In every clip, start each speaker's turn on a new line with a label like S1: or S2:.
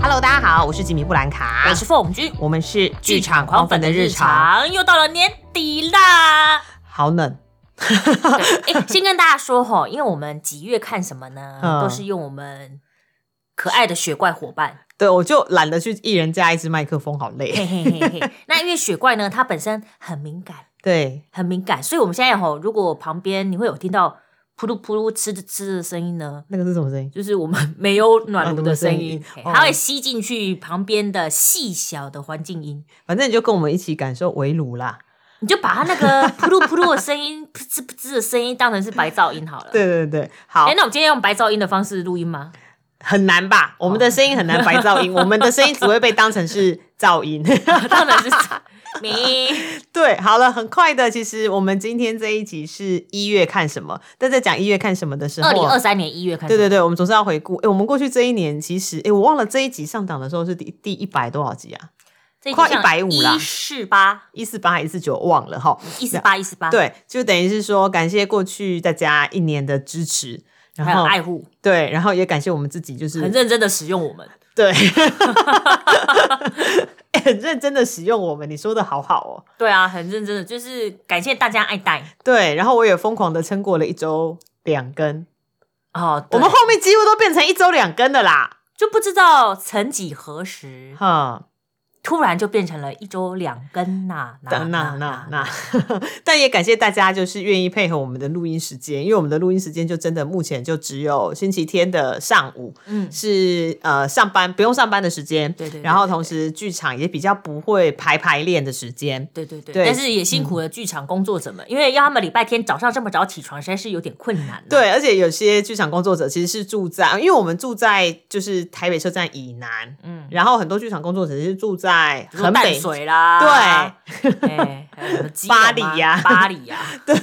S1: Hello，大家好，我是吉米布兰卡，
S2: 我是凤君，
S1: 我们是
S2: 剧场狂粉的日，常又到了年底 啦。
S1: 好冷。
S2: 对，哎，先跟大家说哈，因为我们几月看什么呢？
S1: 嗯
S2: 都是用我们可爱的雪怪伙 伴。
S1: 对，我就懒得去一人加一支麦克风，好累。
S2: 嘿嘿嘿嘿。那因为雪怪呢，它本身很敏感，
S1: 对，
S2: 很敏感，所以我们现在吼，如果旁边你会有听到扑噜扑噜吃着吃的声音呢，
S1: 那个是什么声音？
S2: 就是 我们没有暖炉的声音，
S1: 暖炉的声音
S2: 嘿
S1: 哦
S2: 它会吸进去旁边的细小的环境音，
S1: 反正你就跟我们一起感受围炉啦。
S2: 你就把它那个扑噜扑噜的声音、噗呲噗呲的声音当成是白噪音好了。
S1: 对对对，好
S2: 哎、，那我们今天用白噪音的方式录音吗？
S1: 很难吧？我们的声音很难白噪
S2: 哦
S1: 音，我们的声音只会被当成是噪音。
S2: 当然是你
S1: 对，好了，很快的，其实我们今天这一集是一月看什么，但在讲一月看什么的时候
S2: 二零二
S1: 啊。
S2: 三年一月开始。
S1: 对对对，我们总是要回顾。哎，我们过去这一年，其实哎，我忘了这一集上档的时候是第第一百多少集啊？
S2: 这
S1: 快150啦
S2: 一四八
S1: 一四八还是一四九？忘了哈。
S2: 一四八一四八，，
S1: 对，就等于是说感谢过去大家一年的支持，
S2: 还
S1: 然
S2: 有
S1: 后
S2: 爱护，
S1: 对，然后也感谢我们自己，就是
S2: 很认真的使用我们。
S1: 对， 欸很认真的使用我们，你说的好好哦。
S2: 对啊，很认真的，就是感谢大家爱戴。
S1: 对，然后我也疯狂的撑过了一周两更，
S2: 哦，
S1: 我
S2: 对
S1: 们后面几乎都变成一周两更的啦。
S2: 就不知道曾几何时，
S1: 哈，
S2: 突然就变成了一周两更呐、
S1: 那那那那， 但也感谢大家就是愿意配合我们的录音时间，因为我们的录音时间就真的目前就只有星期天的上午，
S2: 嗯，
S1: 是呃上班不用上班的时间，
S2: 对对对
S1: 然后同时剧场也比较不会排排练的时间，
S2: 对对对，
S1: 对
S2: 但是也辛苦了剧场工作者们，因为要他们礼拜天早上这么早起床，实在是有点困难、，
S1: 对，而且有些剧场工作者其实是住在，因为我们住在就是台北车站以南，
S2: 嗯，
S1: 然后很多剧场工作者是住在
S2: 比如说
S1: 很
S2: 淡
S1: 北，
S2: 水啦，对，哎、还 有什么基隆啊
S1: 巴黎呀
S2: 巴黎 呀、
S1: 对，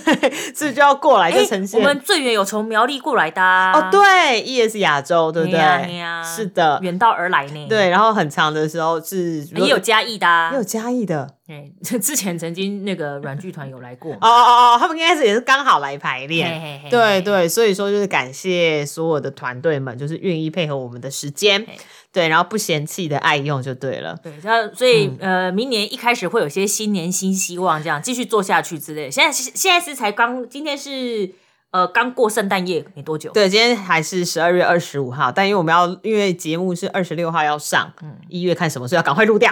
S1: 所以就要过来
S2: 哎、
S1: 就呈现。
S2: 我们最远有从苗栗过来的、啊，
S1: 哦，对，ES 亚洲，对不对？
S2: 嘿呀嘿呀
S1: 是的，
S2: 远道而来呢，，
S1: 对。然后很长的时候是
S2: 也有嘉义的、啊
S1: 也有，嘉义的，
S2: 哎、之前曾经那个软剧团有来过嘛，
S1: 哦哦哦，他们应该是也是刚好来排练。
S2: 嘿嘿嘿
S1: 对对，所以说就是感谢所有的团队们，就是愿意配合我们的时间
S2: 嘿，
S1: 对，然后不嫌弃的爱用就对了。
S2: 对，那所以、
S1: 嗯
S2: 呃，明年一开始会有些新年新希望，这样继续做下去之类的。现在是现在是才刚，今天是呃刚过圣诞夜没多久，
S1: 对，今天还是十二月二十五号，但因为我们要，因为节目是二十六号要上，
S2: 嗯
S1: 一月看什么，所以要赶快录 掉。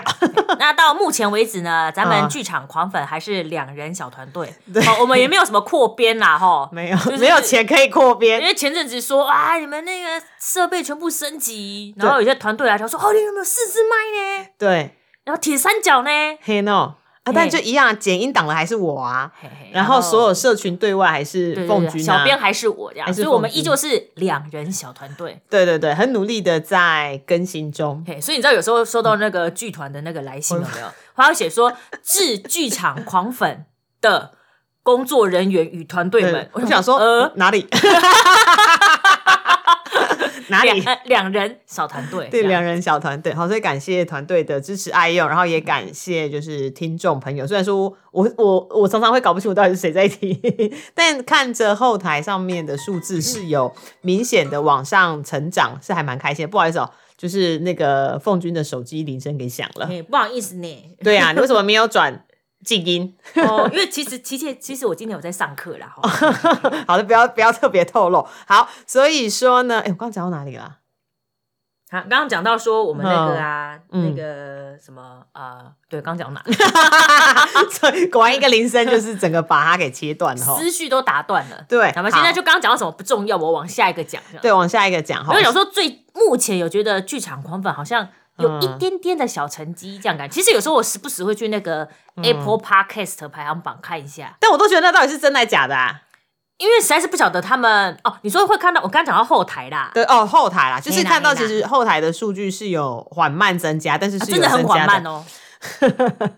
S2: 那到目前为止呢，咱
S1: 啊
S2: 们剧场狂粉还是两人小 团队，哦，我们也没有什么扩编啦，哈。
S1: 没有，
S2: 是
S1: 没有钱可以扩
S2: 因
S1: 编。
S2: 为前阵子说啊，你们那个设备全部升级，然后有些团队来讲说，哦，你有没有四支麦呢？
S1: 对，
S2: 然后铁三角呢？
S1: 黑 no 啊，但就一样，剪音档的还是我啊，
S2: 嘿嘿
S1: 然后所有社群对外还是
S2: 对对
S1: 凤
S2: 对
S1: 君啊
S2: 小编，还是我这
S1: 还
S2: 样，
S1: 是
S2: 所以我们
S1: 凤君
S2: 依旧是两人小团队。
S1: 对对对，很努力的在更新中。
S2: 嘿，所以你知道有时候收
S1: 嗯
S2: 到那个剧团的那个来信有没有？他会写说致剧场狂粉的工作人员与团队们
S1: 对，，我想说，嗯
S2: 呃，
S1: 哪 里？哪
S2: 两
S1: 里？
S2: 呃两人小团队，
S1: 对，
S2: 这样
S1: 两人小团队，好，所以感谢团队的支持爱用，然后也感谢就是听众朋友。虽然说我我我常常会搞不清我到底是谁在听， 但看着后台上面的数字是有明显的往上成长，是还蛮开心的。不好意思哦，就是那个凤君的手机铃声给响了。
S2: 嘿不好意思呢，
S1: 对啊，你为什么没有转静音？
S2: 哦，因为其实其实其实我今天有在上课啦，
S1: 哦
S2: 哈
S1: 好的，不要不要特别透露。好，所以说呢，哎，我刚刚讲到哪里了？
S2: 好刚刚讲到说我们那个啊，
S1: 嗯
S2: 那个什么呃，对，刚 讲哪
S1: 所以果然一个铃声就是整个把它给切断了哦。
S2: 思绪都打断了，
S1: 对
S2: 好吧，现在
S1: 好
S2: 就刚刚讲到什么不重要，我往下一个讲，这样
S1: 对，往下一个讲哈
S2: 因为。有时候最目前有觉得剧场狂粉好像有一
S1: 嗯
S2: 点点的小成绩这样感觉。其实有时候我时不时会去那个
S1: 嗯
S2: Apple Podcast 排行榜看一下，
S1: 但我都觉得那到底是真的假的啊？
S2: 因为实在是不晓得他们哦。你说会看到我刚刚讲到后台啦，
S1: 对哦，后台啦，就是
S2: 黑啦
S1: 看到
S2: 黑啦
S1: 其实后台的数据是有缓慢增加，但是
S2: 啊
S1: 是有
S2: 真的很
S1: 增加
S2: 缓慢哦。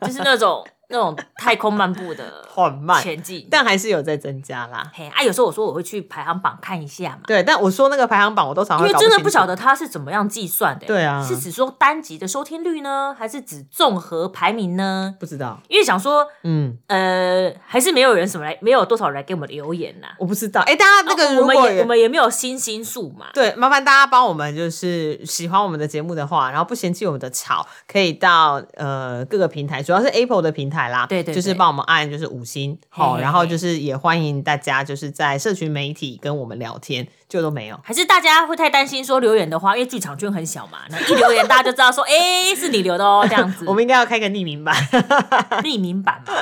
S2: 就是那种那种太空漫步的
S1: 缓慢，
S2: 前进。
S1: 但还是有在增加啦。
S2: 嘿，啊，有时候我说我会去排行榜看一下嘛，
S1: 对，但我说那个排行榜我都常
S2: 因
S1: 常
S2: 为
S1: 搞
S2: 真的
S1: 清
S2: 不晓
S1: 楚
S2: 得它是怎么样计算的、
S1: 对啊
S2: 是指说单集的收听率呢，还是指综合排名呢？
S1: 不知道，
S2: 因为想说，
S1: 嗯，
S2: 呃，还是没有人什么来，没有多少人来给我们留言呐、
S1: 我不知道。哎，大家那个
S2: 啊
S1: 如
S2: 我们
S1: 果
S2: 也我
S1: 有
S2: 们也没有星星数嘛，
S1: 对，麻烦大家帮我们，就是喜欢我们的节目的话，然后不嫌弃我们的吵，可以到呃各个平台，主要是 Apple 的平台啦，
S2: 对对
S1: 就是
S2: 对
S1: 帮我们按就是五星，好，
S2: 嘿
S1: 然后
S2: 嘿
S1: 就是也欢迎大家就是在社群媒体跟我们聊天，就都没有。
S2: 还是大家会太担心说留言的话，因为剧场圈很小嘛，那一留言大家就知道说，哎、是你留的 哦，这样子，
S1: 我们应该要开个匿名版，
S2: 匿名版嘛，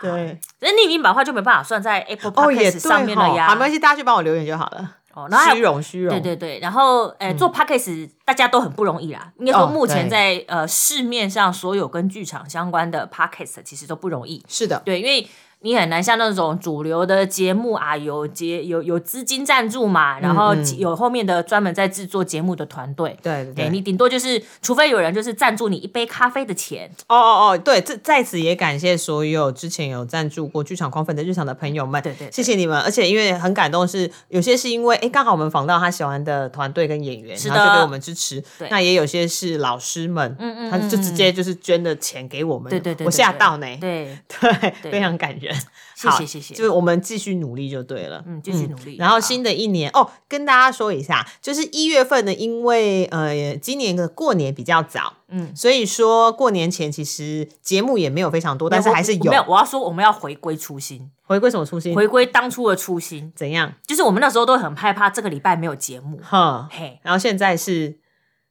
S1: 对，
S2: 那匿名版的话就没办法算在 Apple
S1: 哦也
S2: Podcast 上
S1: 对
S2: 面了
S1: 哈，
S2: 呀，
S1: 好，没关系，大家去帮我留言就好了。
S2: 哦，然后还
S1: 虚
S2: 有。
S1: 荣虚荣，
S2: 对对对，然后呃，做 podcast 大家都很不容易啦。应该说，
S1: 哦
S2: 目前
S1: 对
S2: 在、呃市面上所有跟剧场相关的 podcast 其实都不容易。
S1: 是的，
S2: 对，因为你很难像那种主流的节目啊，有节有有资金赞助嘛，然后
S1: 嗯嗯
S2: 有后面的专门在制作节目的团队。
S1: 对对
S2: 对
S1: 对，
S2: 你顶多就是，除非有人就是赞助你一杯咖啡的钱，
S1: 哦哦哦，对，这在此也感谢所有之前有赞助过剧场狂粉的日常的朋友们，
S2: 对对对
S1: 谢谢你们。而且因为很感动是，有些是因为哎刚好我们访到他喜欢的团队跟演员，
S2: 是
S1: 然后就
S2: 的
S1: 给我们支持
S2: 对。
S1: 那也有些是老师们，
S2: 嗯嗯
S1: 他就
S2: 嗯
S1: 直接就是捐的钱给我们，
S2: 对对对对
S1: 我吓到呢，
S2: 对，
S1: 对，
S2: 对
S1: 非常感人。
S2: 谢
S1: 好
S2: 谢谢谢
S1: 就是我们继续努力就对了，
S2: 嗯继续努力
S1: 然后
S2: 好
S1: 新的一年哦，跟大家说一下，就是一月份呢，因为呃今年的过年比较早，
S2: 嗯
S1: 嗯，所以说过年前其实节目也没有非常多，但是还是
S2: 我
S1: 有
S2: 没有，我要说我们要回归初心，
S1: 回归什么初心，
S2: 回归当初的初心，
S1: 怎样？
S2: 就是我们那时候都很害怕这个礼拜没有节目，
S1: 哼，
S2: 嘿，
S1: 然后现在是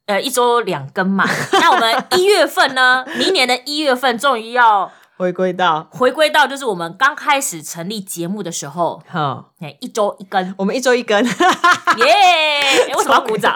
S2: 呃，一周两更 嘛。那我们一月份呢，明年的一月份终于要
S1: 回归到
S2: 回归到就是我们刚开始成立节目的时候，
S1: 哼，，
S2: 哎，一周一根
S1: 我们一周一根，
S2: 耶、哎为什么要鼓掌？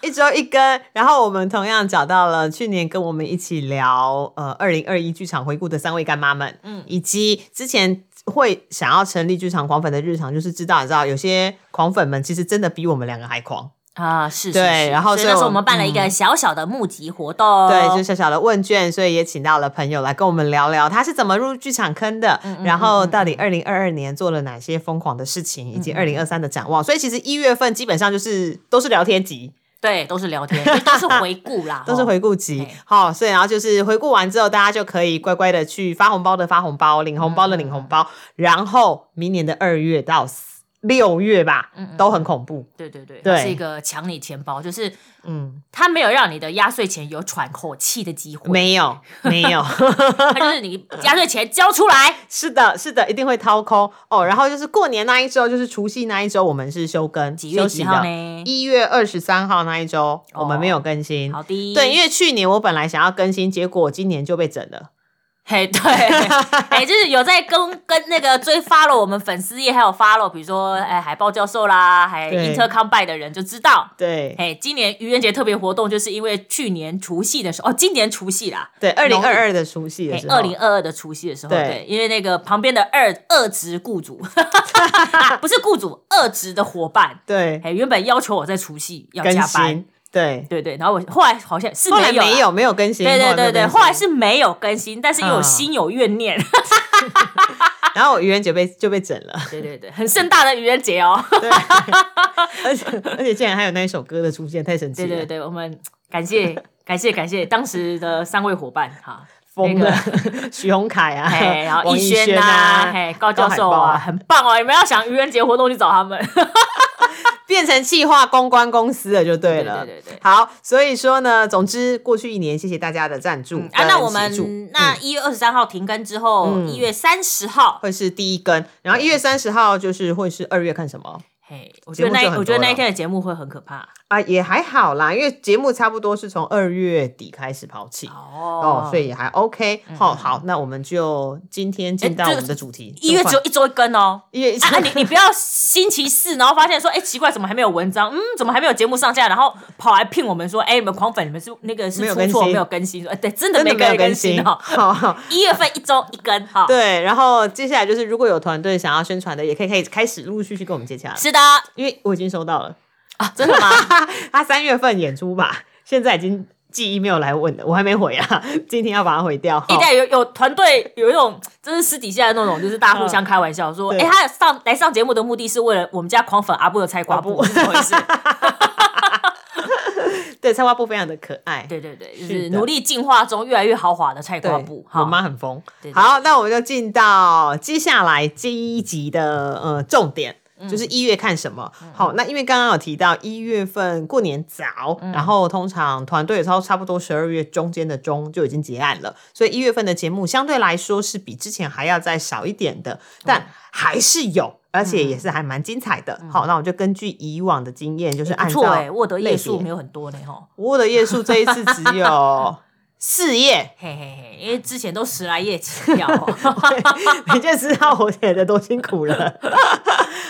S1: 一周一根，然后我们同样找到了去年跟我们一起聊呃二零二一剧场回顾的三位干妈们，
S2: 嗯
S1: 嗯，以及之前会想要成立剧场狂粉的日常，就是知道你知道有些狂粉们其实真的比我们两个还狂，
S2: 啊，是是
S1: 对
S2: 是
S1: 然后
S2: 所以
S1: 所以
S2: 那时候
S1: 我嗯
S2: 我们办了一个小小的募集活动，
S1: 对，就是小小的问卷，所以也请到了朋友来跟我们聊聊他是怎么入剧场坑的，
S2: 嗯
S1: 然后到底二零二二年做了哪些疯狂的事情，以
S2: 嗯
S1: 及二零二三的展望。所以其实一月份基本上就是都是聊天集，
S2: 对，都是聊天，因为都是回顾 啦，
S1: 都是
S2: 吼
S1: 回顾集
S2: 哎，
S1: 好、所以然后就是回顾完之后，大家就可以乖乖的去发红包的发红包，领红包的领红包，
S2: 嗯
S1: 然后明年的二月到四六月吧，
S2: 嗯
S1: 都很恐怖，
S2: 对对对，
S1: 对
S2: 是一个抢你钱包，就是
S1: 嗯，
S2: 他没有让你的压岁钱有喘口气的机会，
S1: 没 有没有。
S2: 他就是你压岁钱交出来，
S1: 是的，是的，一定会掏空哦。然后就是过年那一周，就是除夕那一周，我们是休更、
S2: 几月
S1: 休
S2: 几
S1: 息
S2: 号
S1: 的。
S2: 呢？哦
S1: 一月二十三号那一周，我们没有更新。
S2: 好的，
S1: 对，因为去年我本来想要更新，结果今年就被整了。
S2: 嘿，对，哎，就是有在跟跟那个追 follow 我们粉丝页，还有 follow，比如说哎海豹教授啦，还
S1: 对
S2: Intercom by 的人就知道。
S1: 对
S2: 哎，今年愚人节特别活动，就是因为去年除夕的时候，哦，今年除夕啦，
S1: 对，二
S2: 农
S1: 零
S2: 历
S1: 二二的除夕的
S2: 哎
S1: 时，候，
S2: 二零二二的除夕的时候，对
S1: 对，
S2: 因为那个旁边的二二职雇主、 啊不是雇主，二职的伙伴，
S1: 对
S2: 哎，原本要求我在除夕要
S1: 更
S2: 加班，
S1: 新，对，
S2: 对对，然后我后来好像是
S1: 后来
S2: 没有啦，
S1: 没有没有更新，
S2: 对对
S1: 后来没
S2: 对
S1: 有
S2: 对，
S1: 更
S2: 后来
S1: 新
S2: 是没有更新，但是因为我
S1: 嗯
S2: 心有怨念，
S1: 然后我愚人节被就被整了，
S2: 对对对，很盛大的愚人节哦。
S1: 对，而且而且竟然还有那一首歌的出现，太神奇
S2: 对
S1: 了，
S2: 对对，我们感谢感谢感谢当时的三位伙伴哈，
S1: 疯
S2: 那
S1: 了
S2: 个，
S1: 徐宏凯啊，
S2: 嘿，然后
S1: 王
S2: 逸
S1: 艺
S2: 轩
S1: 轩
S2: 呐、
S1: 啊，
S2: 嘿，高教授
S1: 高海豹
S2: 啊，很棒哦！你们要想愚人节活动去找他们，
S1: 变成企划公关公司了，就对了。
S2: 对对对对
S1: 好，所以说呢，总之过去一年，谢谢大家的赞助、
S2: 啊，那
S1: 跟
S2: 我
S1: 协助
S2: 们那一月二十三号停更之后，
S1: 嗯
S2: 一、月三十号，
S1: 会是第一根，然后一月三十号就是会是二月看什么
S2: 嘿，我觉得那
S1: 节目就很多
S2: 我觉得那一
S1: 了
S2: 天的节目会很可怕
S1: 啊？也还好啦，因为节目差不多是从二月底开始抛弃。
S2: 哦
S1: 哦，所以也还 OK。好、好，那我们就今天进到
S2: 嗯哎这
S1: 我
S2: 个
S1: 们的主题。
S2: 一月只
S1: 就
S2: 有一周一 更哦。
S1: 一月一
S2: 啊啊！你你不要星期四，然后发现说，哎、奇怪，怎么还没有文章？嗯，怎么还没有节目上架？然后跑来聘我们说，哎、你们狂粉，你们是那个是
S1: 没有
S2: 出
S1: 更
S2: 错
S1: 新
S2: 没有更新？说，哎对，真的
S1: 真
S2: 没
S1: 的没有
S2: 更
S1: 更
S2: 新
S1: 新，
S2: 哦。
S1: 好好
S2: 一月份一周一根哈。，
S1: 对。然后接下来就是，如果有团队想要宣传的，也可以可以开始陆陆续续跟我们接洽了。
S2: 是的
S1: 因为我已经收到了。
S2: 啊，真的吗？
S1: 他三月份演出吧，现在已经寄 email 来问的，我还没回啊，今天要把它回掉。
S2: 一代有有团队有一种，真是私底下的那种，就是大家互相开玩笑说，哎、
S1: 对
S2: 他上来上节目的目的是为了我们家狂粉阿布的菜瓜布，
S1: 阿布
S2: 是怎么回事？
S1: 对，菜花布非常的可爱。
S2: 对对对，就是是
S1: 的
S2: 努力进化中越来越豪华的菜瓜
S1: 对，
S2: 布。
S1: 我
S2: 好
S1: 妈很疯
S2: 对。对
S1: 好，那我们就进到接下来这一集的呃重点。
S2: 嗯
S1: 就是一月看什么？好，那因为刚刚有提到一月份过年早，
S2: 嗯
S1: 然后通常团队有时候差不多十二月中间的中就已经结案了，所以一月份的节目相对来说是比之前还要再少一点
S2: 嗯
S1: 的，但还是有，而且也是还蛮精彩的。好，那我就根据以往的经验，就是
S2: 嗯不
S1: 按
S2: 错
S1: 照
S2: 哎、沃德页数
S1: 类别
S2: 没有很多呢哈，
S1: 我的页数这一次只有四页，
S2: 嘿嘿嘿，因为之前都十来页 起跳哦，
S1: 你就知道我写的多辛苦了。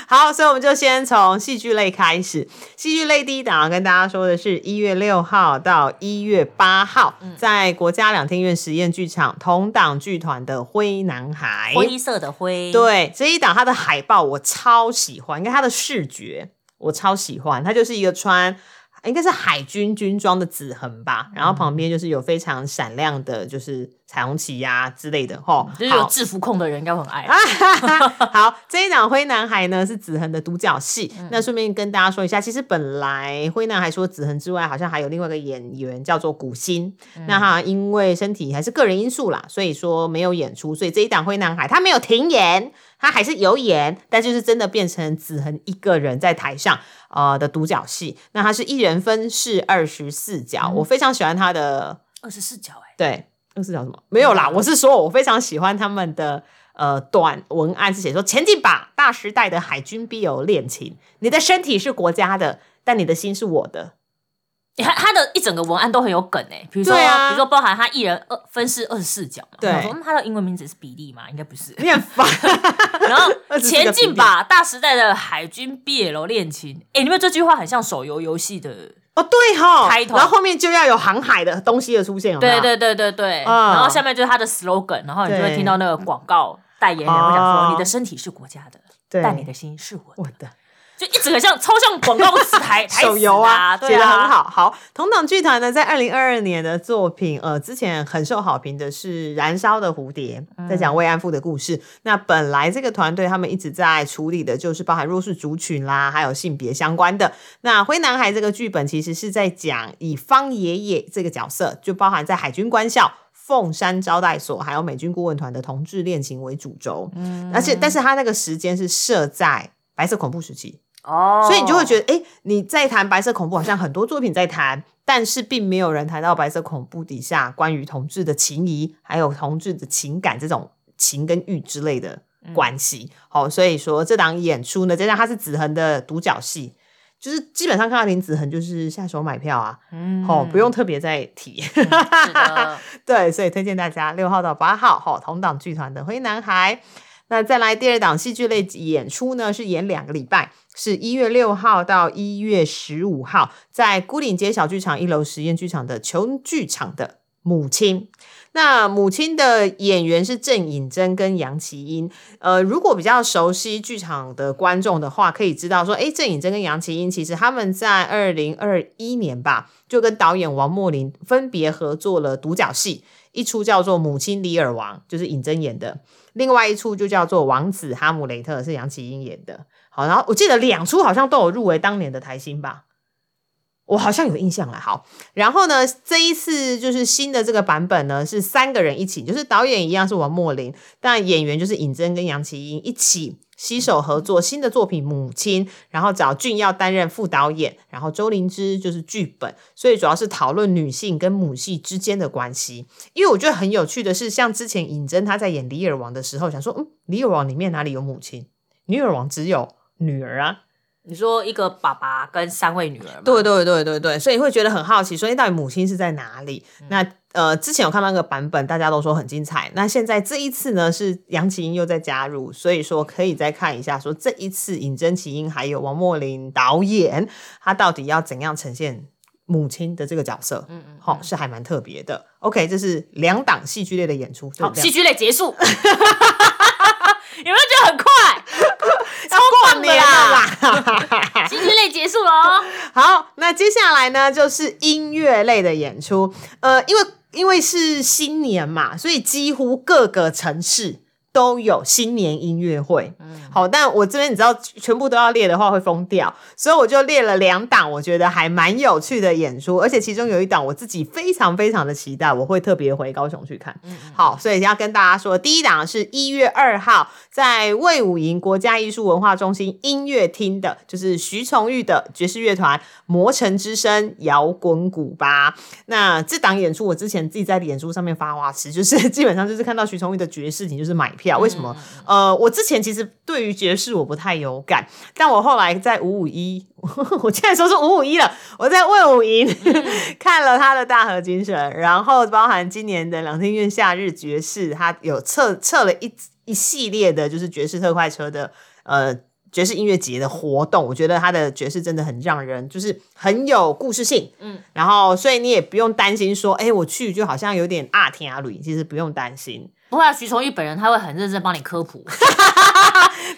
S1: 好，所以我们就先从戏剧类开始。戏剧类第一档要跟大家说的是一月六号到一月八号，
S2: 嗯
S1: 在国家两厅院实验剧场同档剧团的《灰男孩》。
S2: 灰色的灰，，
S1: 对这一档，它的海报我超喜欢，因为它的视觉我超喜欢，它就是一个穿。应该是海军军装的子恒吧，然后旁边就是有非常闪亮的，就是彩虹旗呀、之类的吼，
S2: 嗯就是有
S1: 好
S2: 制服控的人应该会很爱。
S1: 好，这一档《灰男孩》呢是子恒的独角戏。那顺便跟大家说一下，其实本来《灰男孩》除了子恒之外，好像还有另外一个演员叫做古欣。那他因为身体还是个人因素啦，所以说没有演出，所以这一档《灰男孩》他没有停演，他还是有演，但就是真的变成子恒一个人在台上。呃的独角戏，那他是一人分饰二十四角，我非常喜欢他的
S2: 二十四角哎、
S1: 对，那是叫什么？没有啦，
S2: 嗯
S1: 我是说我非常喜欢他们的呃短文案，是写说前进吧，大时代的海军必有恋情，你的身体是国家的。但你的心是我的，
S2: 哎他他的一整个文案都很有梗哎、比如说、
S1: 对啊
S2: 比如说包含他一人二分饰二十四角嘛，
S1: 对
S2: 我想说嗯他的英文名字是比利吗？应该不是。
S1: 你很 烦。
S2: 然 后
S1: 24
S2: 前进吧，大时代的海军 BL 恋情。哎、你们这句话很像手游游戏的，
S1: 哦，对哈、
S2: 开头
S1: 然后后面就要有航海的东西的出现，有没有
S2: 对对对对对。
S1: 嗯
S2: 然后下面就是他的 slogan，然后你就会
S1: 对
S2: 听到那个广告代言人会讲说：“
S1: 哦
S2: 你的身体是国家的，
S1: 对
S2: 但你的心是我的。
S1: 我的”
S2: 就一整个像超像广告词 台台
S1: 手游
S2: 词
S1: 啊，
S2: 对
S1: 写的
S2: 啊，
S1: 很。好。好，同党剧团呢，在二零二二年的作品，呃，之前很受好评的是《燃烧的蝴蝶》，在讲慰安妇的故事。那本来这个团队他们一直在处理的就是包含弱势族群啦，还有性别相关的。那《灰男孩》这个剧本其实是在讲以方爷爷这个角色，就包含在海军官校。凤山招待所还有美军顾问团的同志恋情为主轴，
S2: 嗯
S1: 而且但是他那个时间是设在白色恐怖时期，
S2: 哦，
S1: 所以你就会觉
S2: 得，
S1: 得，哎、你在谈白色恐怖，好像很多作品在谈，但是并没有人谈到白色恐怖底下关于同志的情谊，还有同志的情感这种情跟欲之类的
S2: 嗯
S1: 关系。好、所以说这档演出呢，加上它是子恒的独角戏，就是基本上看到林子恒就是下手买票啊，
S2: 嗯
S1: 哦，不用特别再提。
S2: 是的
S1: 对，所以推荐大家六号到八号，好、同档剧团的《灰男孩》。那再来第二档戏剧类演出呢，是演两个礼拜，是一月六号到一月十五号，在孤岭街小剧场一楼实验剧场的琼剧场的母亲。那母亲的演员是郑颖珍跟杨奇英。呃，如果比较熟悉剧场的观众的话，可以知道说，诶，郑颖珍跟杨奇英其实他们在二零二一年吧，就跟导演王墨林分别合作了独角戏，一出叫做《母亲李尔王》，就是尹珍演的；另外一出就叫做《王子哈姆雷特》，是杨奇英演的。好，然后我记得两出好像都有入围当年的台新吧。我好像有印象了，好，然后呢，这一次就是新的这个版本呢，是三个人一起，就是导演一样是王墨林，但演员就是尹真跟杨奇英一起携手合作新的作品《母亲》，然后找俊耀担任副导演，然后周灵芝就是剧本，所以主要是讨论女性跟母系之间的关系。因为我觉得很有趣的是，像之前尹真她在演《李尔王》的时候，想说，嗯，《李尔王》里面哪里有母亲？《李尔王》只有女儿啊，
S2: 你说一个爸爸跟三位女儿 嘛，
S1: 对对对对对，所以会觉得很好奇，所以到底母亲是在哪里？
S2: 嗯
S1: 那呃，之前有看到那个版本，大家都说很精彩。那现在这一次呢，是杨奇英又在加入，所以说可以再看一下，说这一次尹真奇英还有王墨林导演，他到底要怎样呈现母亲的这个角色？嗯嗯，好、是还蛮特别的。OK，这是两档戏剧类的演出，就
S2: 好，
S1: 这
S2: 戏
S1: 样。
S2: 剧类结束。 有没有觉得很快？
S1: 要过年
S2: 棒的啦
S1: 了啦！
S2: 戏剧类内结束了哦。
S1: 好，那接下来呢，就是音乐类的演出。呃，因为因为是新年嘛，所以几乎各个城市都有新年音乐会。好，但我这边你知道全部都要列的话会疯掉，所以我就列了两档，我觉得还蛮有趣的演出，而且其中有一档我自己非常非常的期待，我会特别回高雄去看。好，所以要跟大家说，第一档是一月二号在魏武营国家艺术文化中心音乐厅的，就是徐崇玉的爵士乐团《魔城之声》摇滚古巴。那这档演出我之前自己在演出上面发花痴，就是 基本上就是看到徐崇玉的爵士，你就是买票。为什么？呃，我之前其实对于爵士我不太有感，但我后来在五五一， 我竟然说是五五一了，我在魏武营、 看了他的《大河精神》，然后包含今年的两厅院夏日爵士，他有测测了一一系列的就是爵士特快车的呃。爵士音乐节的活动，我觉得他的爵士真的很让人就是很有故事性，然后所以你也不用担心说，哎、我去就好像有点啊天啊吕，其实不用担心。
S2: 不过啊徐崇义本人他会很认真帮你科 普，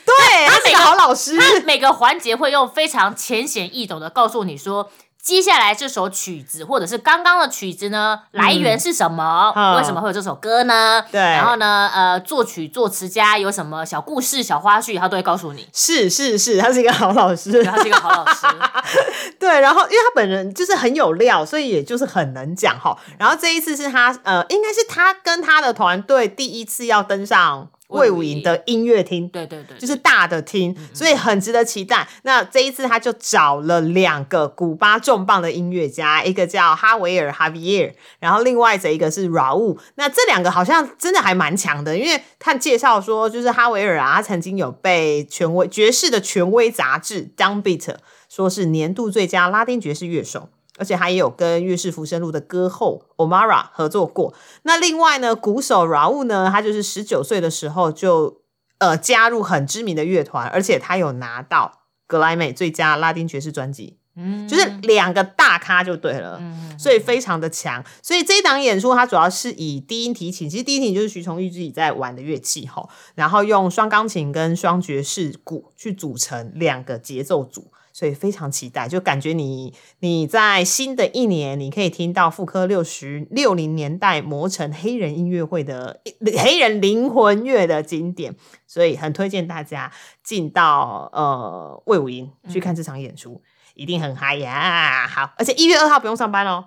S1: 对，他是
S2: 每
S1: 个
S2: 个
S1: 好老师，
S2: 他每个环节会用非常浅显易懂的告诉你说。接下来这首曲子，或者是刚刚的曲子呢，来源是什么？
S1: 嗯
S2: 为什么会有这首歌呢？
S1: 对
S2: 然后呢，呃，作曲作词家有什么小故事、小花絮，他都会告诉 你。
S1: 是是是，他是一个好老师
S2: 对，。他是一个好老师。
S1: 对，然后因为他本人就是很有料，所以也就是很能讲哈。然后这一次是他呃，应该是他跟他的团队第一次要登上
S2: 魏
S1: 魏
S2: 武
S1: 武
S2: 营
S1: 营的音乐厅，
S2: 对对对，
S1: 就是大的厅，所以很值得期待。那这一次他就找了两个古巴重磅的音乐家，一个叫哈维尔 （Javier），然后另外这一个是 Raul。那这两个好像真的还蛮强的，因为看介绍说，就是哈维尔啊，他曾经有被权威爵士的权威杂志《Downbeat》说是年度最佳拉丁爵士乐手。而且还有跟乐士浮生录的歌后 Omara 合作过。那另外呢，鼓手 Raul 呢，他就是十九岁的时候就呃加入很知名的乐团，而且他有拿到格莱美最佳拉丁爵士专辑，
S2: 嗯
S1: 就是两个大咖就对了。
S2: 嗯
S1: 所以非常的强，所以这一档演出它主要是以低音提琴，其实低音提琴就是徐崇玉自己在玩的乐器吼，然后用双钢琴跟双爵士鼓去组成两个节奏组，所以非常期待，就感觉你你在新的一年，你可以听到复刻六十六零年代磨成黑人音乐会的黑人灵魂乐的经典，所以很推荐大家进到呃魏武营去看这场演出。一定很嗨呀！好，而且一月二号不用上班哦。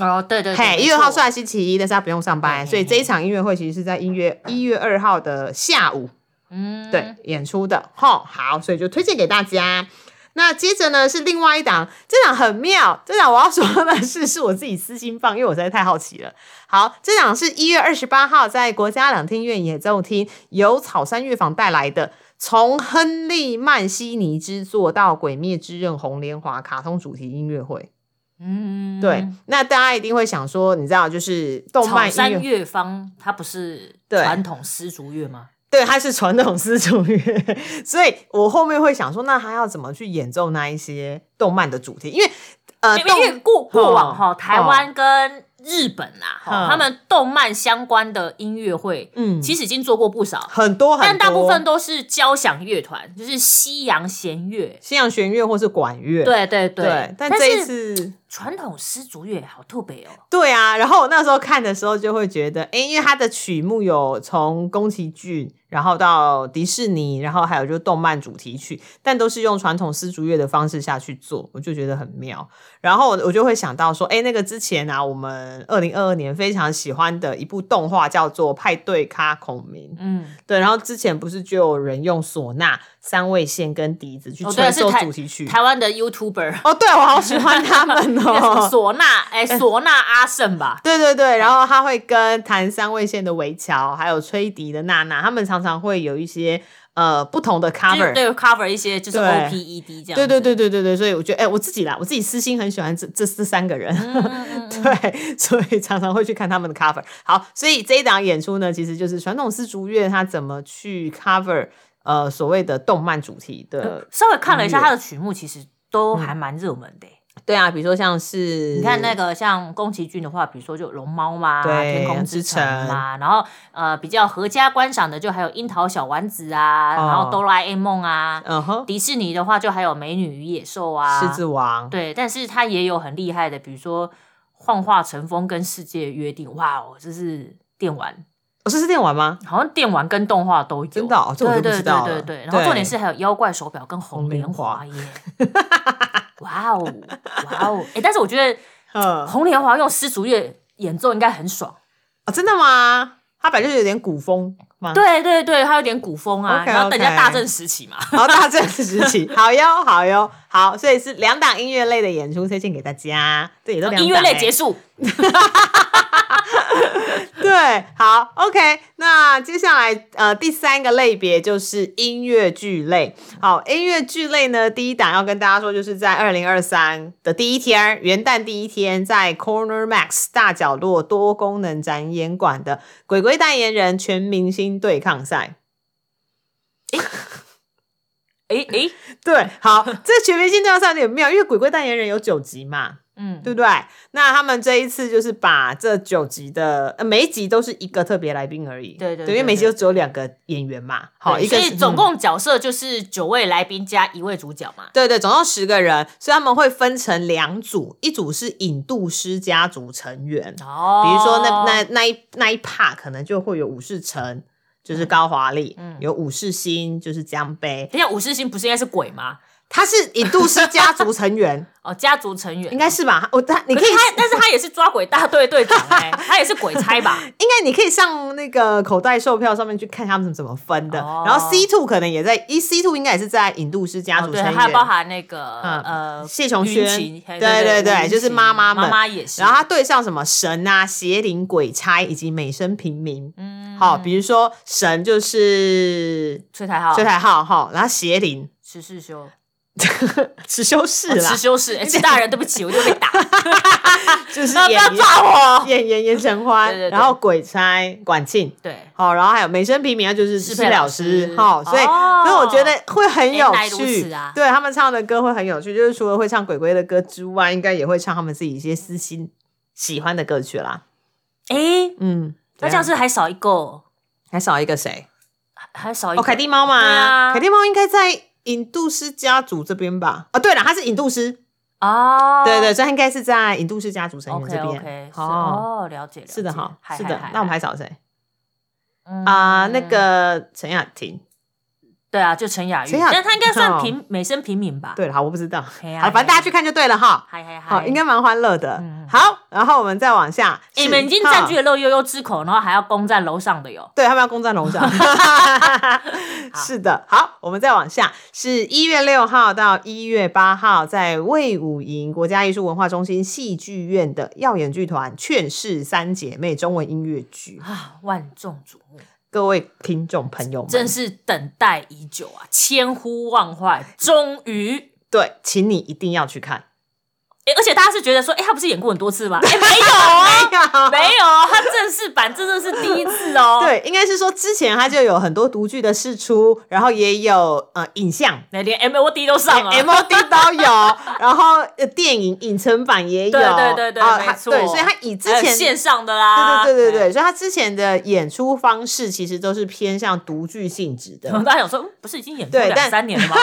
S2: 哦，对对对，
S1: 嘿，一
S2: 没
S1: 月
S2: 错
S1: 二号虽然星期一，但是他不用上
S2: 嘿嘿
S1: 班，
S2: 嘿
S1: 所以这一场音乐会其实是在音乐一月二号的下午
S2: 嗯
S1: 对，演出的。吼，好，所以就推荐给大家。那接着呢是另外一档，这档很妙，这档我要说的是是我自己私心放，因为我实在太好奇了。好，这档是一月二十八号在国家两厅院演奏厅由草山乐坊带来的。从亨利·曼西尼之作到《鬼灭之刃》红莲华卡通主题音乐会，
S2: 嗯
S1: 对，那大家一定会想说，你知道，就是动漫
S2: 草
S1: 音乐
S2: 山乐坊它不是
S1: 对
S2: 传统丝竹乐吗？
S1: 对，它是传统丝竹乐， 所以我后面会想说，那他要怎么去演奏那一些动漫的主题？因为呃，
S2: 因为因为
S1: 动
S2: 过过往哈，
S1: 哦
S2: 台湾跟日本啊，哈
S1: 嗯
S2: 他们动漫相关的音乐会，
S1: 嗯
S2: 其实已经做过不少，
S1: 很多很多，
S2: 但大部分都是交响乐团，就是西洋弦乐。
S1: 西洋弦乐或是管乐，
S2: 对对
S1: 对但
S2: 但
S1: 这一
S2: 是
S1: 次。
S2: 传统丝竹乐好特别哦，
S1: 对啊，然后我那时候看的时候就会觉得，诶，因为它的曲目有从宫崎骏，然后到迪士尼，然后还有就是动漫主题曲，但都是用传统丝竹乐的方式下去做，我就觉得很妙。然后我我就会想到说，诶，那个之前啊，我们二零二二年非常喜欢的一部动画叫做《派对咖孔明》，
S2: 嗯，
S1: 对，然后之前不是就有人用唢呐、三味线跟笛子去
S2: 哦对
S1: 吹
S2: 是
S1: 奏
S2: 台
S1: 主题曲。
S2: 台湾 的 YouTuber
S1: 哦，对，我好喜欢他们
S2: 那个 什么
S1: 哦。
S2: 唢呐，哎，唢呐阿胜吧，
S1: 对对对，然后他会跟弹三味线的维乔，还有吹笛的娜娜，他们常常会有一些呃不同的
S2: 就是
S1: cover。
S2: 对 cover 一些就是
S1: 对
S2: O P E D 这样，
S1: 对对，对对对对，所以我觉得，哎、我自己啦，我自己私心很喜欢这这这三个人，嗯 对，所以常常会去看他们的 cover。好，所以这一档演出呢，其实就是传统丝竹乐它怎么去 cover 呃所谓的动漫主题的
S2: 稍微看了一下
S1: 音乐嗯
S2: 他的曲目，其实都还蛮热门的欸。
S1: 对啊，比如说像是
S2: 你看那个像宫崎骏的话，比如说就《龙猫》嘛，《
S1: 对
S2: 天空之城》嘛，然后呃比较合家观赏的就还有《樱桃小丸子》啊，
S1: 哦
S2: 然后《哆啦 A 梦》啊，
S1: 嗯哼，
S2: 迪士尼的话就还有《美女与野兽》啊，
S1: 狮子王，
S2: 对，但是它也有很厉害的，比如说《幻化成风》跟《世界约定》，哇哦，这是电玩，
S1: 哦，这是电玩吗？
S2: 好像电玩跟动画都有，
S1: 真的哦这我就
S2: 对
S1: 不
S2: 对
S1: 知道
S2: 对
S1: 了
S2: 对对，然后
S1: 对
S2: 重点是还有妖怪手表跟红
S1: 红莲
S2: 莲华耶，哇哦哇哦，哎、但是我觉得。
S1: 嗯，
S2: 红莲华用丝竹乐演奏应该很爽。
S1: 哦，真的吗？它本来就有点古风吗？，
S2: 对对对，它有点古风啊
S1: OK，OK
S2: 然后等一下大正时期嘛。
S1: 好，大正时期，好哟，好哟，好，所以是两档音乐类的演出推荐给大家，这也都两档
S2: 哦音乐类
S1: 欸
S2: 结束，
S1: 对，好，OK。那接下来呃，第三个类别就是音乐剧类。好，音乐剧类呢，第一档要跟大家说，就是在二零二三的第一天儿，元旦第一天，在 Corner Max 大角落多功能展演馆的鬼鬼代言人全明星对抗赛。
S2: 诶诶，
S1: 对，好，这全明星对抗赛有点妙，因为鬼鬼代言人有九集嘛，
S2: 嗯，
S1: 对不对？那他们这一次就是把这九集的、呃、每一集都是一个特别来宾而已，
S2: 对对对
S1: 因为每集
S2: 对
S1: 都只有两个演员嘛，好，
S2: 对
S1: 一个
S2: 所以
S1: 是
S2: 总。
S1: 嗯
S2: 共角色就是九位来宾加一位主角嘛。
S1: 对对，总共十个人，所以他们会分成两组，一组是引渡师家族成员，
S2: 哦，
S1: 比如说那那那一那一 part 可能就会有武士成，就是高华丽，
S2: 嗯
S1: 有武士新，就是江杯，
S2: 等一下武士星不是应该是鬼吗？
S1: 他是引渡师家族成 员，
S2: 哦，家族成员
S1: 应该是吧？我他你
S2: 可
S1: 可以
S2: 是他，但是他也是抓鬼大队队长哎、他也是鬼差吧？
S1: 应该你可以上那个口袋售票上面去看他们怎么分的。
S2: 哦
S1: 然后 C two 可能也在，一 C two 应该也是在引渡师家
S2: 哦，
S1: 族
S2: 对，
S1: 成员，
S2: 还有包含那个、
S1: 嗯
S2: 呃，
S1: 谢琼
S2: 云
S1: 轩，
S2: 奇
S1: 对
S2: 对
S1: 对对，
S2: 云
S1: 就是
S2: 奇
S1: 妈妈们。
S2: 妈妈也是，
S1: 然后他对上什么神啊、邪灵、鬼差以及美声平民。
S2: 嗯
S1: 好，比如说神就是
S2: 崔台浩，
S1: 崔台浩哈，然后邪灵
S2: 石世修，
S1: 池修饰
S2: 石
S1: 啦，
S2: 修是，哎、是大人，对不起，我就被打，
S1: 就是
S2: 不要
S1: 演
S2: 抓我。
S1: 演演言承欢
S2: 对对，对
S1: 然后鬼差管庆。
S2: 对，
S1: 好，然后还有美声平民啊，就是是
S2: 是被
S1: 被
S2: 老
S1: 老
S2: 师
S1: 师，好，所以、
S2: 哦
S1: 所以我觉得会很有
S2: 原来如
S1: 趣，
S2: 此啊
S1: 对他们唱的歌会很有趣，就是除了会唱鬼鬼的歌之外，应该也会唱他们自己一些私心喜欢的歌曲啦。
S2: 哎、
S1: 嗯，
S2: 那这样
S1: 对啊
S2: 是还少一个，
S1: 还少一个谁？
S2: 还少一个
S1: 哦，凯蒂猫
S2: 对啊
S1: 嘛，凯蒂猫应该在引渡师家族这边吧？啊，对了，他是引渡师，
S2: 哦，
S1: 对对，所以他应该是在引渡师家族成员
S2: OK
S1: 这
S2: OK，
S1: 边。哦，
S2: 哦，了解了解，
S1: 是的哈，
S2: 嗨
S1: 是的
S2: 嗨嗨。
S1: 那我们还少谁
S2: 嗯
S1: 啊？那个陈雅婷。
S2: 对啊，就陈雅玉，
S1: 陈雅
S2: 但他应该算
S1: 哦
S2: 平美声平民吧？，
S1: 对了，好，我不知道，
S2: 嘿啊
S1: 好，反正大家去看就对了哈。
S2: 嗨嗨嗨，
S1: 好，应该蛮欢乐的
S2: 哎嗯。哎
S1: 好，然后我们再往下，
S2: 诶你
S1: 是
S2: 们已经占据。了乐悠悠之口，然后还要攻占楼上的哟
S1: 哈。对他们要攻占龙 翔， 是的。好，我们再往下，是一月六号到一月八号，在魏武营国家艺术文化中心戏剧院的耀眼剧团《劝世三姐妹》中文音乐剧，
S2: 啊，万众瞩目，
S1: 各位听众朋友们，
S2: 真是等待已久啊，千呼万唤，终于
S1: 对，请你一定要去看。
S2: 欸而且大家是觉得说，哎、他不是演过很多次吗？哎、没有哦，
S1: 有
S2: 没有哦，他正式版真的是第一次哦。，
S1: 对，应该是说之前他就有很多独剧的试出，然后也有呃影像。
S2: 那连 MOD 都上了。
S1: 连 MOD 都有，然后呃电影影城版也有，
S2: 对对对对
S1: 啊
S2: 没
S1: 他
S2: 错
S1: 对，所以他以之
S2: 还有
S1: 前
S2: 线上的啦，
S1: 对对对对
S2: 哎。
S1: 对，所以他之前的演出方式其实都是偏向独具性质的
S2: 然，后大家想说，嗯不是已经演过
S1: 对
S2: 两
S1: 但
S2: 三 年了吗？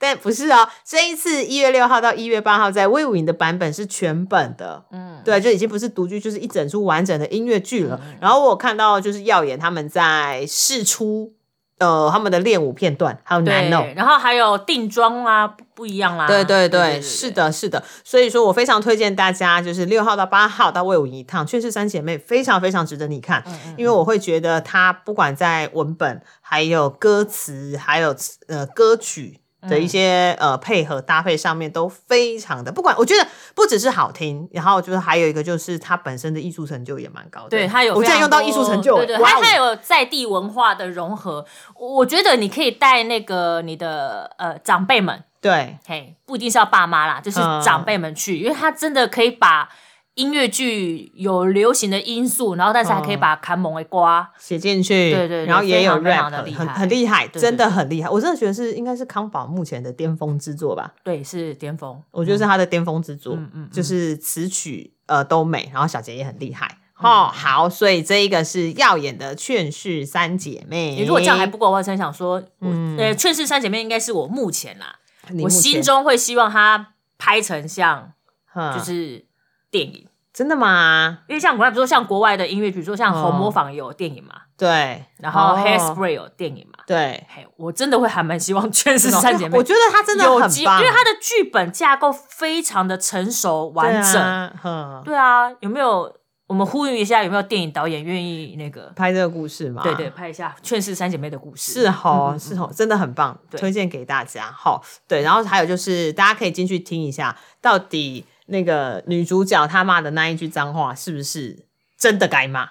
S1: 但不是哦，这一次一月六号到一月八号在魏武营的版本是全本的，
S2: 嗯
S1: 嗯，对，就已经不是独剧，就是一整出完整的音乐剧了。然后我有看到就是耀眼他们在试出呃他们的练舞片段，还有
S2: 对
S1: 男，偶。
S2: 然后还有定妆啦，不不一样啦。
S1: 哦对对对，是，的，是的，所以说我非常推荐大家，就是六号到八号到魏武营一趟，《确实三姐妹》非常非常值得你看，
S2: 嗯
S1: 因为我会觉得它不管在文本、还有歌词、还有呃歌曲的
S2: 嗯
S1: 一些、呃配合搭配上面都非常的，不管我觉得不只是好听，然后就是还有一个就是它本身的艺术成就也蛮高的，
S2: 对他有
S1: 我
S2: 非
S1: 竟然
S2: 常
S1: 用到
S2: 多
S1: 艺术成就，
S2: 对对，
S1: 哇
S2: 他
S1: 哦
S2: 他有在地文化的融合。我我觉得你可以带那个你的呃长辈们，
S1: 对
S2: 嘿，不一定是要爸妈啦，就是
S1: 嗯
S2: 长辈们去，因为他真的可以把音乐剧有流行的因素，然后但是还
S1: 嗯
S2: 可以把砍猛给刮。
S1: 写进去，
S2: 对对对
S1: 然后也有
S2: 非
S1: rap，
S2: 常非常的厉害
S1: 很很厉害，
S2: 对对
S1: 真的很厉害。我真的觉得是应该是康宝目前的巅峰之作吧，
S2: 对，是巅峰。
S1: 我觉得是他的巅峰之作，
S2: 嗯嗯嗯嗯
S1: 就是词曲呃都美，然后小杰也很厉害。哦，好，所以这一个是耀眼的《劝世三姐妹
S2: 你》。如果这样还不够，我真想说，我
S1: 嗯
S2: 呃，《劝世三姐妹》应该是我目前啦，
S1: 你目
S2: 我
S1: 前，
S2: 心中会希望它拍成像
S1: 就
S2: 就是电影，
S1: 真的吗？
S2: 因为像国外，比如说像国外的音乐剧，比如说像《
S1: 哦
S2: 红模仿》有电影嘛，
S1: 对，
S2: 然后
S1: 哦
S2: 《Hairspray》有电影嘛。
S1: 对，
S2: 嘿，我真的会还蛮希望《劝世三姐妹》
S1: 我觉得他真的
S2: 有
S1: 很
S2: 机，因
S1: 棒，啊
S2: 为它的剧本架构非常的成熟完整。
S1: 对啊哼
S2: 对啊，有没有我们呼吁一下？有没有电影导演愿意那个？
S1: 拍这个故事嘛，
S2: 对对，拍一下《劝世三姐妹》的故事。
S1: 是啊吼，是吼，真的很棒，
S2: 嗯对
S1: 推荐给大家。好，对，然后还有就是大家可以进去听一下，到底那个女主角她骂的那一句脏话是不是真的该骂？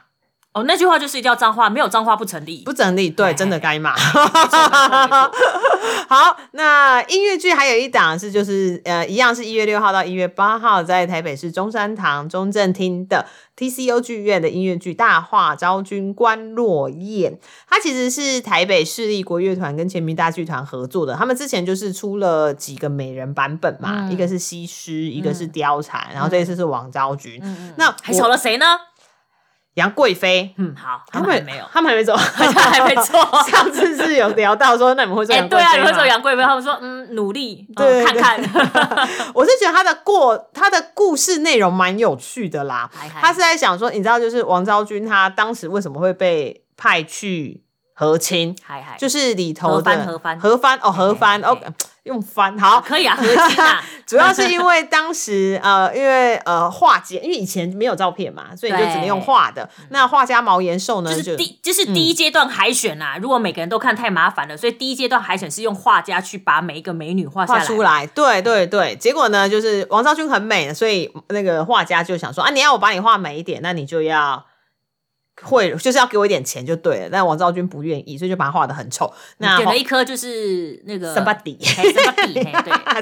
S2: 哦，那句话就是一定要脏话，没有脏话不成立。
S1: 不整理，
S2: 嘿
S1: 对，
S2: 嘿
S1: 真的该骂。
S2: 没错没错没错
S1: 好，那音乐剧还有一档是就是呃，一样是一月六号到一月八号，在台北市中山堂中正厅的 TCO 剧院的音乐剧《大话昭君观落雁》，它其实是台北市立国乐团跟前明大剧团合作的。他们之前就是出了几个美人版本嘛，
S2: 嗯
S1: 一个是西施，一个是貂蝉，然后这一次是王昭君。
S2: 嗯
S1: 那
S2: 还少
S1: 我
S2: 了谁呢？
S1: 杨贵妃。
S2: 嗯，好，
S1: 他
S2: 他们
S1: 们
S2: 还没有，
S1: 他们还没走，
S2: 好像还没做。
S1: 上次是有聊到说，那你们会做
S2: 哎、
S1: 杨
S2: 对
S1: 贵妃吗？
S2: 啊，有一种杨贵妃，他们说嗯，努力，嗯
S1: 对对
S2: 看看。
S1: 我是觉得他的过他的故事内容蛮有趣的啦。
S2: 嗨嗨
S1: 他是在想说，你知道，就是王昭君她当时为什么会被派去和亲，
S2: 嗨嗨，
S1: 就是是里头的
S2: 合番
S1: 合番哦合番
S2: 嘿嘿
S1: 哦
S2: 嘿，
S1: 用番好。
S2: 可以啊，合金啊，
S1: 主要 是因为当时 呃，因为呃画家，因为以前没有照片嘛，所以你就只能用画的。那画家毛延寿呢，
S2: 嗯就是第就是
S1: 嗯
S2: 第一阶段海选啦、如果每个人都看太麻烦了，所以第一阶段海选是用画家去把每一个美女画下
S1: 画
S2: 来。嗯
S1: 出来，对对对。结果呢，就是王昭君很美，所以那个画家就想说啊，你要我把你画美一点，那你就要会，就是要给我一点钱就对了。但王昭君不愿意，所以就把它画的很丑。那
S2: 点了一颗就是那个
S1: 三八底。
S2: 嘿三八底，嘿 对，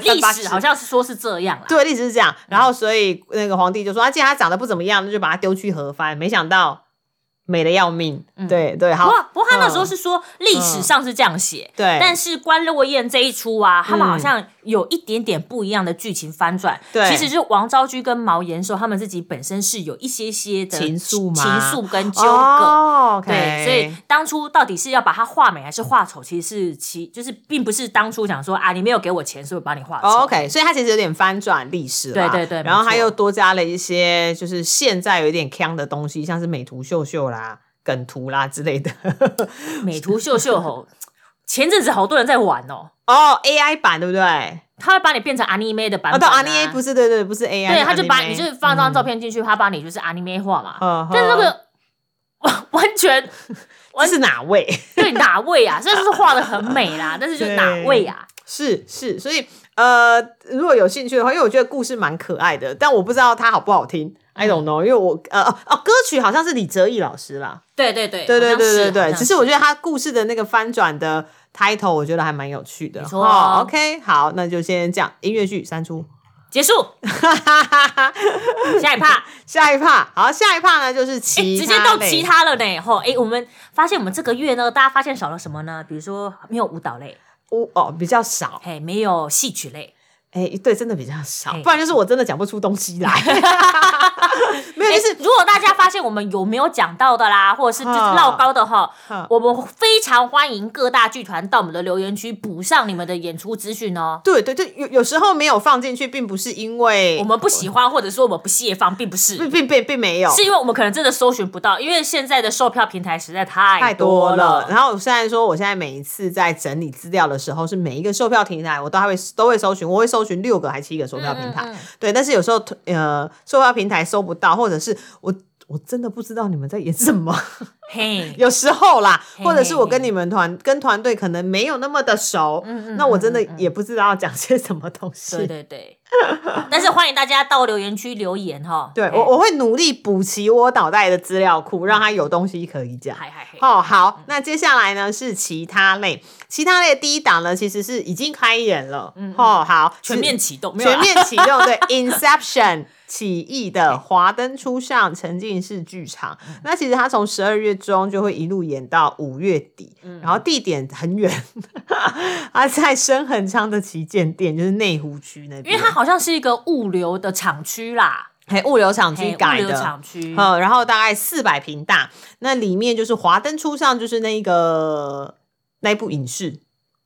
S2: 历史
S1: 三八
S2: 好像是说是这样啦。
S1: 对，历史是这样。嗯然后，所以那个皇帝就说：“啊，既然他长得不怎么样，那就把他丢去河番。”没想到美的要命。
S2: 嗯
S1: 对对，
S2: 不
S1: 好，
S2: 过不过他那时候
S1: 嗯
S2: 是说历史上是这样写，
S1: 对
S2: 但是关落雁这一出啊，他们
S1: 哎嗯
S2: 好像有一点点不一样的剧情翻转。
S1: 对
S2: 其实就是王昭君跟毛延寿他们自己本身是有一些些的
S1: 情愫吗
S2: 情愫跟纠葛。
S1: 哦，OK，
S2: 对，所以当初到底是要把它画美还是画丑，其实是其就是并不是当初想说啊，你没有给我钱，所以我把你画丑。
S1: 哦 OK，所以它其实有点翻转历史啦，
S2: 对对对
S1: 然后它
S2: 没错
S1: 又多加了一些，就是现在有一点腔的东西，像是美图秀秀啦、梗图啦之类的。
S2: 美图秀秀吼， 前阵子好多人在玩哦，
S1: 哦，AI 版对不对？啊，
S2: 他会把你变成 anime 的版
S1: 哦
S2: 本、
S1: 对
S2: 啊。
S1: ，anime 不是，对对，不是 AI，
S2: 对，
S1: 是
S2: 他就把
S1: anime
S2: 你就是放张照片进去，他把你就是 anime 化嘛。
S1: 嗯
S2: 但是那个 完完全
S1: 这是哪位？
S2: 对哪位啊？ 虽然是画的很美啦，但是就是哪位啊？
S1: 是是，所以呃，如果有兴趣的话，因为我觉得故事蛮可爱的，但我不知道它好不好听。I don't know，因为我呃哦哦，歌曲好像是李哲毅老师啦，
S2: 对对对
S1: 对对对对对，只
S2: 只
S1: 是我觉得他故事的那个翻转的 title，我觉得还蛮有趣的。
S2: 没错
S1: 哦 OK，好，那就先这样，音乐剧删除。
S2: 结束下一趴，
S1: 下一趴，好，下一趴呢就是
S2: 哎
S1: 其他、
S2: 直接到其。他了呢。吼，哎，我们发现我们这个月呢，大家发现少了什么呢？比如说没有舞蹈类，
S1: 哦哦，比较少，
S2: 嘿，没有戏曲类，
S1: 哎、对，真的比较少
S2: 哎，
S1: 不然就是我真的讲不出东西 来。没有，
S2: 哎
S1: 就是
S2: 如果大家发现我们有没有讲到的啦，或者是就是
S1: 嗯
S2: 唠高的哈
S1: 嗯，
S2: 我们非常欢迎各大剧团到我们的留言区补上你们的演出资讯哦。
S1: 对对对，有有时候没有放进去，并不是因为
S2: 我们不喜欢，或者说我们不屑放，并不是，
S1: 并并并并没有，
S2: 是因为我们可能真的搜寻不到，因为现在的售票平台实在太
S1: 太多了。
S2: 了。
S1: 然后虽然说我现在每一次在整理资料的时候，是每一个售票平台我都还会都会搜寻，我会搜寻六个还七个售票平台，
S2: 嗯嗯嗯
S1: 对。但是有时候呃售票平台搜不到，或者是我我真的不知道你们在演什么，
S2: 嘿，
S1: 有时候啦，
S2: 嘿
S1: 或者是我跟你们团跟团队可能没有那么的熟，
S2: 嗯嗯
S1: 那我真的
S2: 嗯嗯嗯
S1: 也不知道要讲些什么东西。
S2: 对对对。但是欢迎大家到留言区留言 哈。
S1: 对
S2: 嘿
S1: 我我会努力补齐我脑袋的资料库，让他有东西可以讲。
S2: 嗨嗨嗨，
S1: 哦，好，那接下来呢是其他类，其他类第一档呢其实是已经开演了，
S2: 嗯嗯
S1: 哦，好，
S2: 全面启动，没有啊
S1: 全
S2: 啦
S1: 面启动， 对，Inception 起义的华灯初上沉浸式剧场。
S2: 嗯
S1: 那其实它从十二月中就会一路演到五月底，
S2: 嗯
S1: 然后地点很远， 它在深恒昌的旗舰店，就是内湖区那边，
S2: 因为它好像是一个物流的厂区啦，
S1: 嘿物流厂
S2: 嘿
S1: 区改
S2: 物流
S1: 的。
S2: 厂区，
S1: 嗯，然后大概四百平大，那里面就是华灯初上，就是那个那一部影视，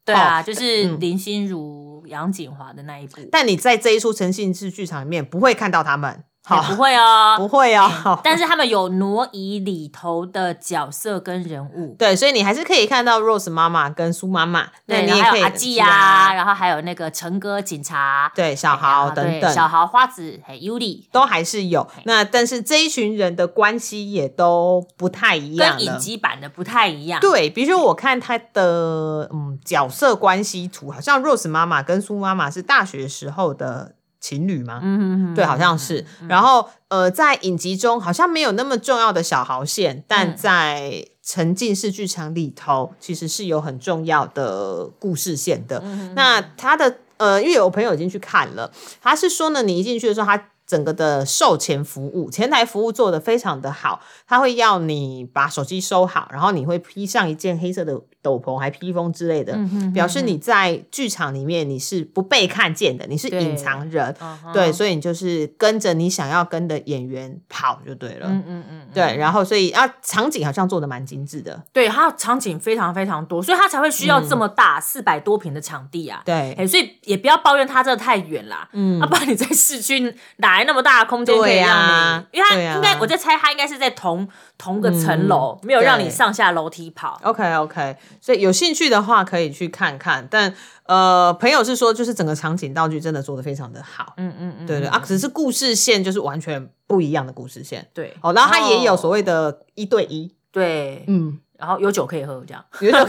S2: 对啊，
S1: 哦
S2: 就是
S1: 嗯
S2: 林心如、杨锦华的那一部，
S1: 但你在这一出沉浸式剧场里面不会看到他们，
S2: 也
S1: 好，
S2: 不会哦，
S1: 不会哦，好
S2: 但是他们有挪移里头的角色跟人物，
S1: 对，所以你还是可以看到 Rose 妈妈跟苏妈妈，那
S2: 对，
S1: 你
S2: 然
S1: 也
S2: 后
S1: 可
S2: 还
S1: 以
S2: 有阿季
S1: 是
S2: 啊，，然后还有那个陈哥警察，
S1: 对小豪
S2: 对
S1: 等等。
S2: 小豪、花子、还有 Yuli，
S1: 都还是有那，但是这一群人的关系也都不太一样
S2: 跟影
S1: 了。
S2: 集版的不太一样，
S1: 对，比如说我看他的嗯角色关系图，好像 Rose 妈妈跟苏妈妈是大学时候的情侣吗？
S2: 嗯，嗯，嗯
S1: 对，啊好像是。然后呃，在影集中好像没有那么重要的小豪线，但
S2: 嗯
S1: 在沉浸式剧场里头，其实是有很重要的故事线的。
S2: 嗯
S1: 那他的呃，因为有朋友已经去看了，他是说呢，你一进去的时候，他整个的售前服务、前台服务做得非常的好，他会要你把手机收好，然后你会披上一件黑色的斗篷，还披风之类的，
S2: 嗯哼哼
S1: 表示你在剧场里面你是不被看见的，你是
S2: 对
S1: 隐藏人。
S2: 嗯哼
S1: 对，所以你就是跟着你想要跟的演员跑就对了。
S2: 嗯嗯嗯，嗯
S1: 对，然后所以啊，场景好像做的蛮精致的。
S2: 对，它场景非常非常多，所以它才会需要这么大四百、0多平的场地啊。
S1: 嗯对，
S2: 哎，所以也不要抱怨它这太远啦，
S1: 嗯
S2: 啊，不然你在市区哪来那么大的空间可以
S1: 对
S2: 让你？
S1: 啊
S2: 因为它
S1: 对啊嗯
S2: 应该，我在猜它应该是在同同个层楼，没有让你
S1: 对
S2: 上下楼梯跑。
S1: OK OK，所以有兴趣的话可以去看看。但呃，朋友是说，就是整个场景道具真的做的非常的好。
S2: 嗯嗯嗯，
S1: 对对啊，只是故事线就是完全不一样的故事线。
S2: 对。
S1: 哦，然后它也有所谓的一对一，
S2: 对，
S1: 嗯，
S2: 然后有酒可以喝，这样
S1: 有 点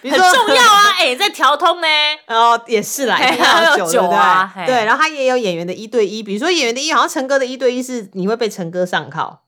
S1: 比如
S2: 很
S1: 说
S2: 重要啊！哎，在调通呢，
S1: 哦，也是啦，
S2: 嘿
S1: 一定要
S2: 还有酒啊
S1: 对不
S2: 嘿
S1: 对对，然后他也有演员的一对一，比如说演员的一，好像陈哥的一对一是你会被陈哥上铐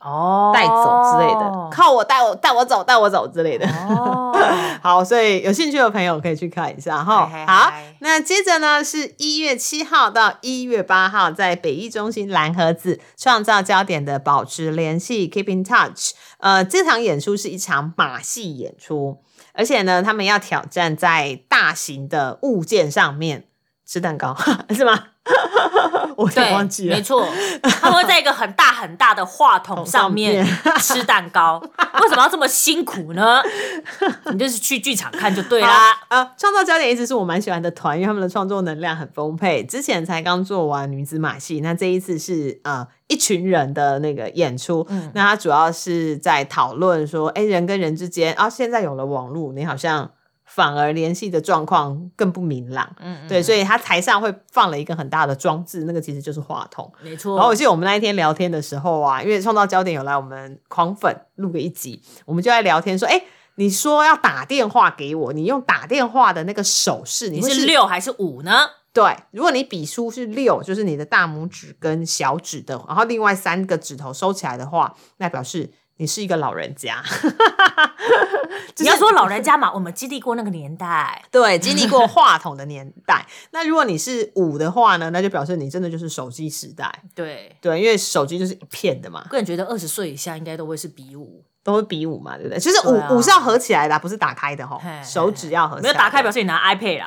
S2: 哦，
S1: 带走之类的，靠我带我带我走带我走之类的。
S2: 哦，
S1: 好，所以有兴趣的朋友可以去看一下哈。
S2: 嗨嗨
S1: 好
S2: 嗨，
S1: 那接着呢是一月七号到一月八号在北艺中心蓝盒子创造焦点的保持联系 （Keep in Touch）。呃，这场演出是一场马戏演出，而且呢，他们要挑战在大型的物件上面吃蛋糕， 是吗？我有点
S2: 对，
S1: 忘记了
S2: 没。错，他们会在一个很大很大的话筒上 面吃蛋糕，为什么要这么辛苦呢？你就是去剧场看就对啦。
S1: 呃，创造焦点一直是我蛮喜欢的团，因为他们的创作能量很丰沛。之前才刚做完女子马戏，那这一次是呃一群人的那个演出。
S2: 嗯
S1: 那它主要是在讨论说，哎、人跟人之间啊，现在有了网络，你好像反而联系的状况更不明朗。
S2: 嗯，
S1: 对，所以它台上会放了一个很大的装置，那个其实就是话筒。
S2: 以没
S1: 然后我
S2: 错，
S1: 记得我们那一天聊天的时候啊，因为创造焦点有来我们狂粉录个一集，我们就在聊天说，哎、你说要打电话给我，你用打电话的那个手势，
S2: 你
S1: 会
S2: 是六还是五呢？
S1: 对，如果你比出是六，就是你的大拇指跟小指的，然后另外三个指头收起来的话，那表示你是一个老人家。
S2: 你要说老人家嘛，我们经历过那个年代，
S1: 对，经历过话筒的年代，那如果你是五的话呢，那就表示你真的就是手机时代。
S2: 对。
S1: 对，因为手机就是一片的嘛，
S2: 个人觉得二十岁以下应该都会是比武，
S1: 都会比五嘛，对不对？其实五
S2: 对啊
S1: 五是要合起来的啊、不是打开的哈
S2: 嘿嘿，
S1: 手指要合起
S2: 没
S1: 来
S2: 有
S1: 的。
S2: 打开表示你拿 iPad 啦，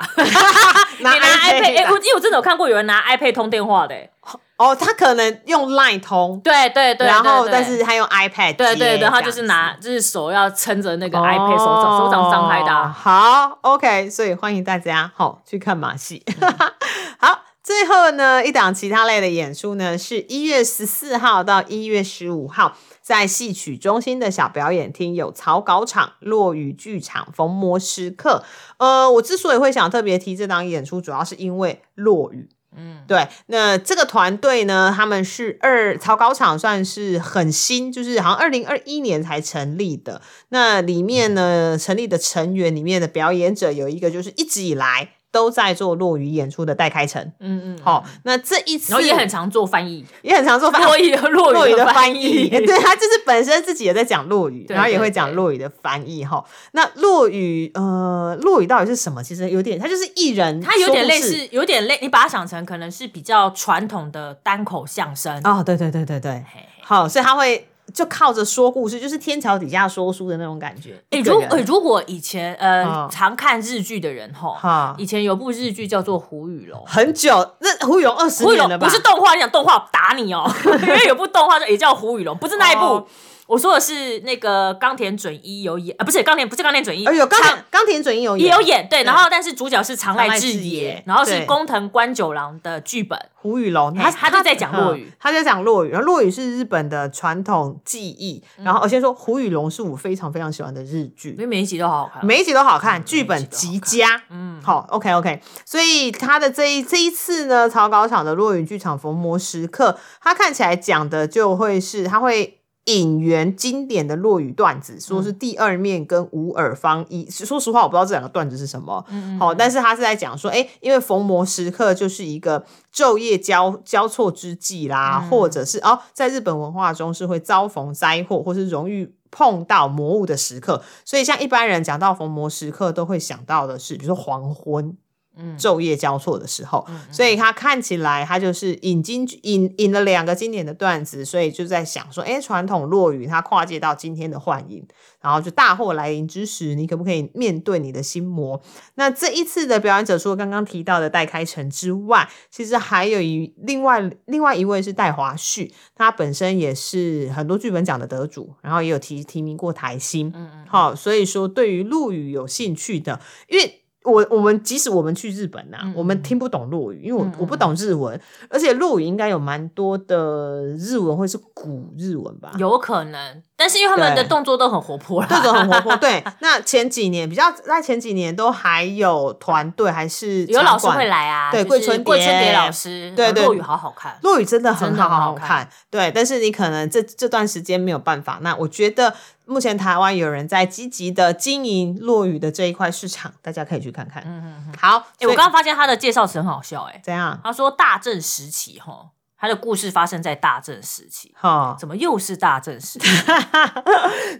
S1: 拿
S2: 你 拿 iPad，哎，
S1: iPad
S2: 我因为我真的有看过有人拿 iPad 通电话的，哎
S1: 哦，他可能用 Line 通，
S2: 对对对，
S1: 然后
S2: 对对
S1: 但是他用 iPad，
S2: 对对
S1: 接
S2: 对，
S1: 这
S2: 他
S1: 样
S2: 就是
S1: 子
S2: 拿就是手要撑着那个 iPad 手掌、手掌张开的
S1: 哦
S2: 啊、
S1: 好，OK，所以欢迎大家好、去看马戏。
S2: 嗯
S1: 好，最后呢一档其他类的演出呢，是一月十四号到一月十五号。在戏曲中心的小表演厅有草稿场、落雨剧场、逢魔时刻。呃，我之所以会想特别提这档演出，主要是因为落雨。
S3: 嗯，
S1: 对，那这个团队呢，他们是二草稿厂算是很新，就是好像二零二一年才成立的。那里面呢，成立的成员里面的表演者有一个就是一直以来都在做落语演出的戴开成。
S3: 嗯嗯，
S1: 好、那这一次
S2: 然后也很常做翻译，
S1: 也很常做翻
S2: 落语的
S1: 落
S2: 落
S1: 语
S2: 语
S1: 的翻
S2: 翻
S1: 译，对他就是本身自己也在讲落语，
S2: 对
S1: 然后也
S2: 对
S1: 会讲
S2: 对
S1: 落语的翻译哈。那落语呃，落语到底是什么？其实有点，他就是艺人说故事，
S2: 它有点类似，有点类，你把它想成可能是比较传统的单口相声。
S1: 哦，对对对对对，
S2: 嘿嘿
S1: 好，所以他会就靠着说故事，就是天桥底下说书的那种感觉。
S2: 诶
S1: 一个
S2: 哎如
S1: 人
S2: 诶如果以前呃、
S1: 哦
S2: 常看日剧的人吼，
S1: 哈
S2: 以前有部日剧叫做《胡雨 龙》。
S1: 很久，那胡勇二十
S2: 胡雨
S1: 年
S2: 龙
S1: 了吧？
S2: 不是动画，你讲动画我打你 哦、因为有部动画就也叫胡雨龙，不是那一部。
S1: 哦
S2: 我说的是那个冈田准一有演啊，不是冈田，不是冈田准一，
S1: 哎呦，钢
S2: 长
S1: 铁钢铁准也有
S2: 也有
S1: 演
S2: 演对，然后但是主角是长
S1: 长濑
S2: 濑智
S1: 智
S2: 也
S1: 也，
S2: 然后是
S1: 对
S2: 宫藤官九郎的剧本，
S1: 胡雨龙，他
S2: 嘿他就在讲落语
S1: 嗯他在讲落语，然后落语是日本的传统技艺。
S2: 嗯
S1: 然后我先说胡雨龙是我非常非常喜欢的日剧，
S2: 所以每一集都好好看。
S1: 每一集都好看，
S2: 嗯
S1: 剧
S2: 每一
S1: 本
S2: 集都
S1: 极
S2: 好看
S1: 佳。
S2: 嗯，
S1: 好，OK OK，所以他的这一这一次呢，草稿场的落雨剧场逢魔时刻，他看起来讲的就会是他会引援经典的落雨段子，说
S2: 嗯
S1: 是第二面跟无耳方一。说实话，我不知道这两个段子是什么。
S2: 嗯，嗯
S1: 好，但是他是在讲说，哎、因为逢魔时刻就是一个昼夜交交错之际啦，
S2: 嗯
S1: 或者是哦，在日本文化中是会遭逢灾祸或是容易碰到魔物的时刻，所以像一般人讲到逢魔时刻，都会想到的是，比如说黄昏。
S2: 嗯
S1: 昼夜交错的时候，
S2: 嗯嗯
S1: 所以他看起来他就是引经引引了两个经典的段子，所以就在想说，哎，传统落语它跨界到今天的幻影，然后就大祸来临之时，你可不可以面对你的心魔？那这一次的表演者除了刚刚提到的戴开成之外，其实还有一另外另外一位是戴华旭，他本身也是很多剧本奖的得主，然后也有提提名过台新，
S2: 嗯嗯，
S1: 好、所以说对于陆语有兴趣的，因为。我我们即使我们去日本呐、
S2: 嗯
S1: 我们听不懂陆语，因为我
S2: 嗯嗯
S1: 我不懂日文，而且陆语应该有蛮多的日文或是古日文吧，
S2: 嗯有可能，但是因为他们的
S1: 对
S2: 动作都很活泼啦，啊
S1: 这种很活泼。对，那前几年比较在前几年都还有团队，还是
S2: 有老师
S1: 场馆
S2: 会来啊，
S1: 对
S2: 就是
S1: 桂春蝶
S2: 桂春蝶老师，
S1: 对对
S2: 落雨好好看，
S1: 落雨真的很
S2: 真的
S1: 好
S2: 很好
S1: 看，
S2: 看
S1: 对。但是你可能这这段时间没有办法。那我觉得目前台湾有人在积极的经营落雨的这一块市场，大家可以去看看。
S2: 嗯嗯嗯。
S1: 好，
S2: 哎，
S1: 所以
S2: 我刚刚发现他的介绍词很好笑，哎，
S1: 怎样？
S2: 他说大正时期，哈，他的故事发生在大正时期，
S1: 哈、
S2: 怎么又是大正 时期？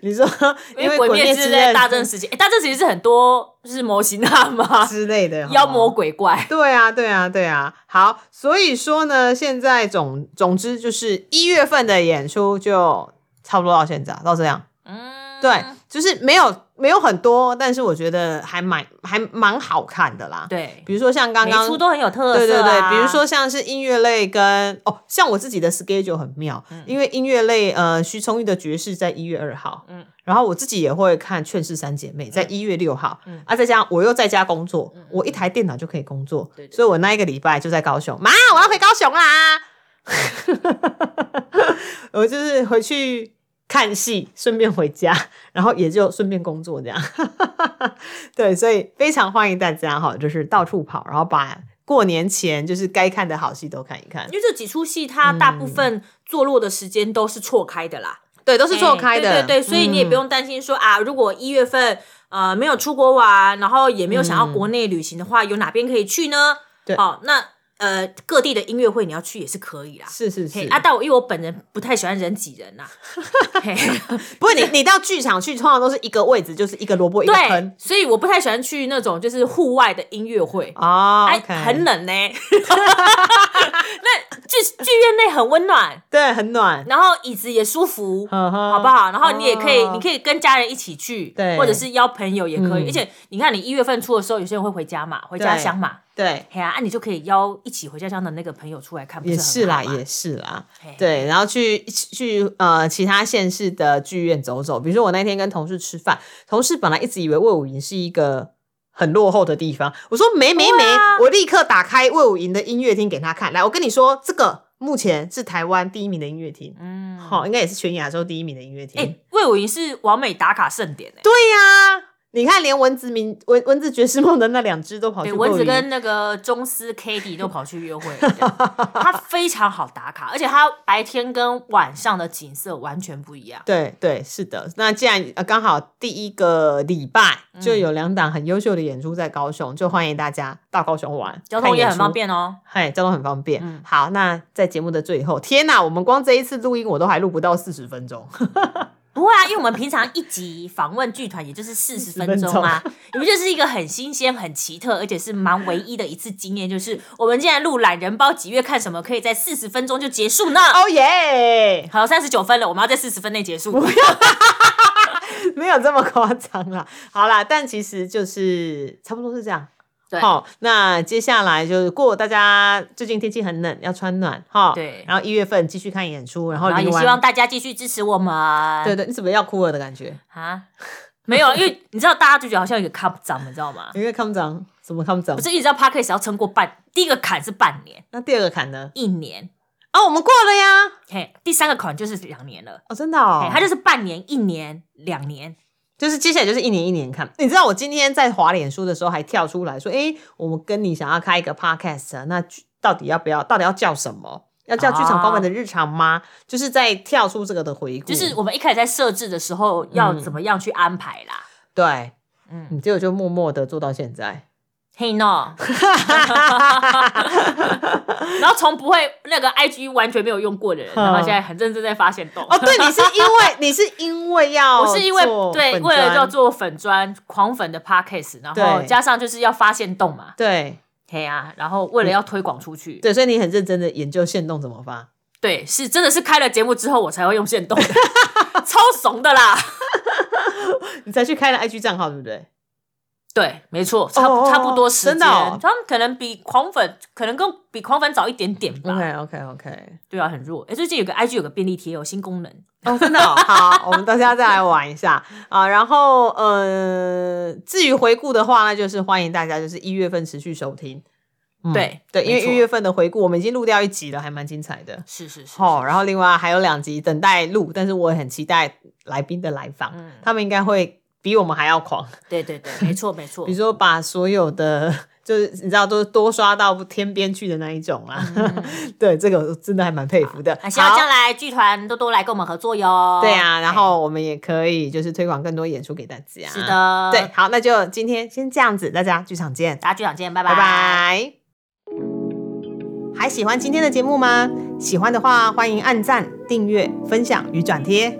S1: 你说
S2: 因为《
S1: 鬼
S2: 鬼灭之
S1: 之
S2: 刃》大正
S1: 正
S2: 时期，哎，大正时期是很多就是模型 啊嘛，
S1: 之类的
S2: 妖魔。
S1: 哈
S2: 鬼怪，
S1: 对啊，对啊，对啊。好，所以说呢，现在总总之就是一月份的演出就差不多到现在到这样。
S2: 嗯，
S1: 对，就是没有没有很多，但是我觉得还蛮还蛮好看的啦。，
S2: 对，
S1: 比如说像刚
S2: 每
S1: 刚
S2: 出都很有特
S1: 对对
S2: 色啊，
S1: 对，比如说像是音乐类跟哦，像我自己的 schedule 很妙，
S2: 嗯
S1: 因为音乐类呃，徐崇玉的爵士在一月二号，
S2: 嗯
S1: 嗯，然后我自己也会看《劝世三姐妹》在一月六号，
S2: 嗯
S1: 嗯，啊，再加上我又在家工作，我一台电脑就可以工作，
S2: 对对
S1: 所以我那一个礼拜就在高雄，妈，我要回高雄啦，我就是回去。看戏，顺便回家， 然后也就顺便工作这样。 对，所以非常欢迎大家哈，就是到处跑，然后把过年前就是该看的好戏都看一看
S2: 因。为这几出戏它大
S1: 嗯
S2: 部分坐落的时间都是错开的啦，
S1: 哎对，都
S2: 都
S1: 是错开的，嗯
S2: 对对对，所以你也不用担心说、啊，如果一月份呃没有出国玩，然后也没有想要国内旅行的话，有哪边可以去呢？
S1: 嗯对
S2: 好、那呃各地的音乐会你要去也是可以啦。
S1: 是是是
S2: 嘿，啊，但我因为我本人不太喜欢人 挤人呐、嘿
S1: 不 过你你到剧场去，通常都是一个位置，就是一个萝卜一个
S2: 对
S1: 坑，
S2: 所以我不太喜欢去那种就是户外的音乐会。
S1: 哦
S2: 哎
S1: OK
S2: 很冷呢、 那剧剧院内很温暖，
S1: 对，很暖，
S2: 然后椅子也舒服，
S1: 呵呵
S2: 好不？好？然后你也可以，
S1: 哦
S2: 你可以跟家人一起去，
S1: 对
S2: 或者是邀朋友也可以。
S1: 嗯
S2: 而且你看，你一月份出的时候，有些人会回家嘛，回家乡嘛，
S1: 对，
S2: 嘿呀，啊，你就可以邀一起回家乡的那个朋友出来看，不
S1: 也
S2: 是
S1: 是
S2: 很好
S1: 啦，
S2: 吗
S1: 也是啦。
S2: 嘿
S1: 对，然后去去呃其他县市的剧院走走。比如说我那天跟同事吃饭，同事本来一直以为魏武营是一个很落后的地方，我说没没
S2: 不会
S1: 没，
S2: 啊
S1: 我立刻打开魏武营的音乐厅给他看。来，我跟你说，这个目前是台湾第一名的音乐厅，
S2: 嗯，
S1: 好、应该也是全亚洲第一名的音乐厅。
S2: 哎、魏武营是完美打卡盛典哎、
S1: 对呀、你看，连蚊子明蚊蚊子爵士梦的那两只都跑去
S2: 对，
S1: 露
S2: 蚊子
S1: 营
S2: 跟那个中司 k a t i e 都跑去约会了，这样它非常好打卡，而且它白天跟晚上的景色完全不一样。
S1: 对对是的。那既然呃刚好第一个礼拜
S2: 嗯
S1: 就有两档很优秀的演出在高雄，就欢迎大家到高雄玩，
S2: 交通也
S1: 看演
S2: 很方
S1: 出。
S2: 便哦。
S1: 嗨，交通很方便。
S2: 嗯
S1: 好，那在节目的最后，天哪，我们光这一次录音，我都还录不到四十分钟。
S2: 不会啊，因为我们平常一集访问剧团也就是四十分钟啊，你们就是一个很新鲜、很奇特，而且是蛮唯一的一次经验，就是我们竟然录懒人包几月看什么，可以在四十分钟就结束呢。
S1: 哦耶，
S2: 好，三十九分了，我们要在四十分内结束。
S1: 没有这么夸张啦。好啦，但其实就是差不多是这样。
S2: 对
S1: 好、那接下来就是过大家最近天气很冷，要穿暖哈。
S2: 对
S1: 然后一月份继续看演出，然后
S2: 然后
S1: 离
S2: 也
S1: 完
S2: 希望大家继续支持我们。
S1: 对对，你怎么要哭了的感觉？
S2: 啊，没有，因为你知道大家就觉得好像有个 cup 长，你知道吗？
S1: 因为康长什么康长
S2: 不？是一直到 p a r k e 要撑过半，第一个坎是半年、
S1: 那第二个坎呢？
S2: 一年，哦
S1: 啊，我们过了呀！
S2: 嘿，第三个坎就是两年了，
S1: 哦，真的哦
S2: 嘿，，它就是半年、一年、两年。
S1: 就是接下来就是一年一年看。你知道我今天在滑脸书的时候还跳出来说，诶，我们跟你想要开一个 podcast，啊那剧到底要不要？到底要叫什么？要叫剧场高们的日常吗？就是在跳出这个的回顾，
S2: 哦就是我们一开始在设置的时候
S1: 嗯
S2: 要怎么样去安排啦。
S1: 对，
S2: 嗯，
S1: 你结果就默默的做到现在。
S2: 嘿 no，然后从不会那个 IG 完全没有用过的人，
S1: 嗯
S2: 然后现在很认真在发现动。
S1: 哦，对，你是因为你是因为要，
S2: 我是因为对为了要，做粉砖狂粉的 podcast，然后
S1: 对
S2: 加上就是要发现动嘛，
S1: 对
S2: 嘿啊，然后
S1: 嗯
S2: 为了要推广出去，
S1: 对，所以你很认真的研究线动怎么发。
S2: 对，是真的是开了节目之后我才会用现动的， 超怂的啦。
S1: 你才去开了 IG 账号，对不对？
S2: 对，没错，
S1: 哦
S2: 差
S1: 哦
S2: 不
S1: 哦
S2: 差不多时间，
S1: 真的哦
S2: 他们可能比狂粉，可能更比狂粉早一点点吧。
S1: OK OK OK，
S2: 对啊，很弱。哎，最近有个 IG 有个便利贴有新功能，
S1: 哦，真的、哦、好，我们到现在再来玩一下啊。然后呃，至于回顾的话，那就是欢迎大家就是一月份持续收听。嗯
S2: 对
S1: 对，因为
S2: 没错
S1: 一月份的回顾我们已经录掉一集了，还蛮精彩的。
S2: 是是是，
S1: 哦，然后另外还有两集等待录，但是我也很期待来宾的来访，
S2: 嗯
S1: 他们应该会比我们还要狂。
S2: 对对对，没错没错
S1: 比。如说把所有的就是你知道都多刷到天边去的那一种啦，
S2: 嗯
S1: 对这个我真的还蛮佩服的。
S2: 啊，希望
S1: 好
S2: 将来剧团多多来跟我们合作哟。
S1: 对啊，然后我们也可以就是推广更多演出给大家。
S2: 哎是，的，
S1: 对，，好，那就今天先这样子，大家剧场见，
S2: 大家剧场见，拜
S1: 拜拜。还喜欢今天的节目吗？喜欢的话，欢迎按赞、订阅、分享与转贴。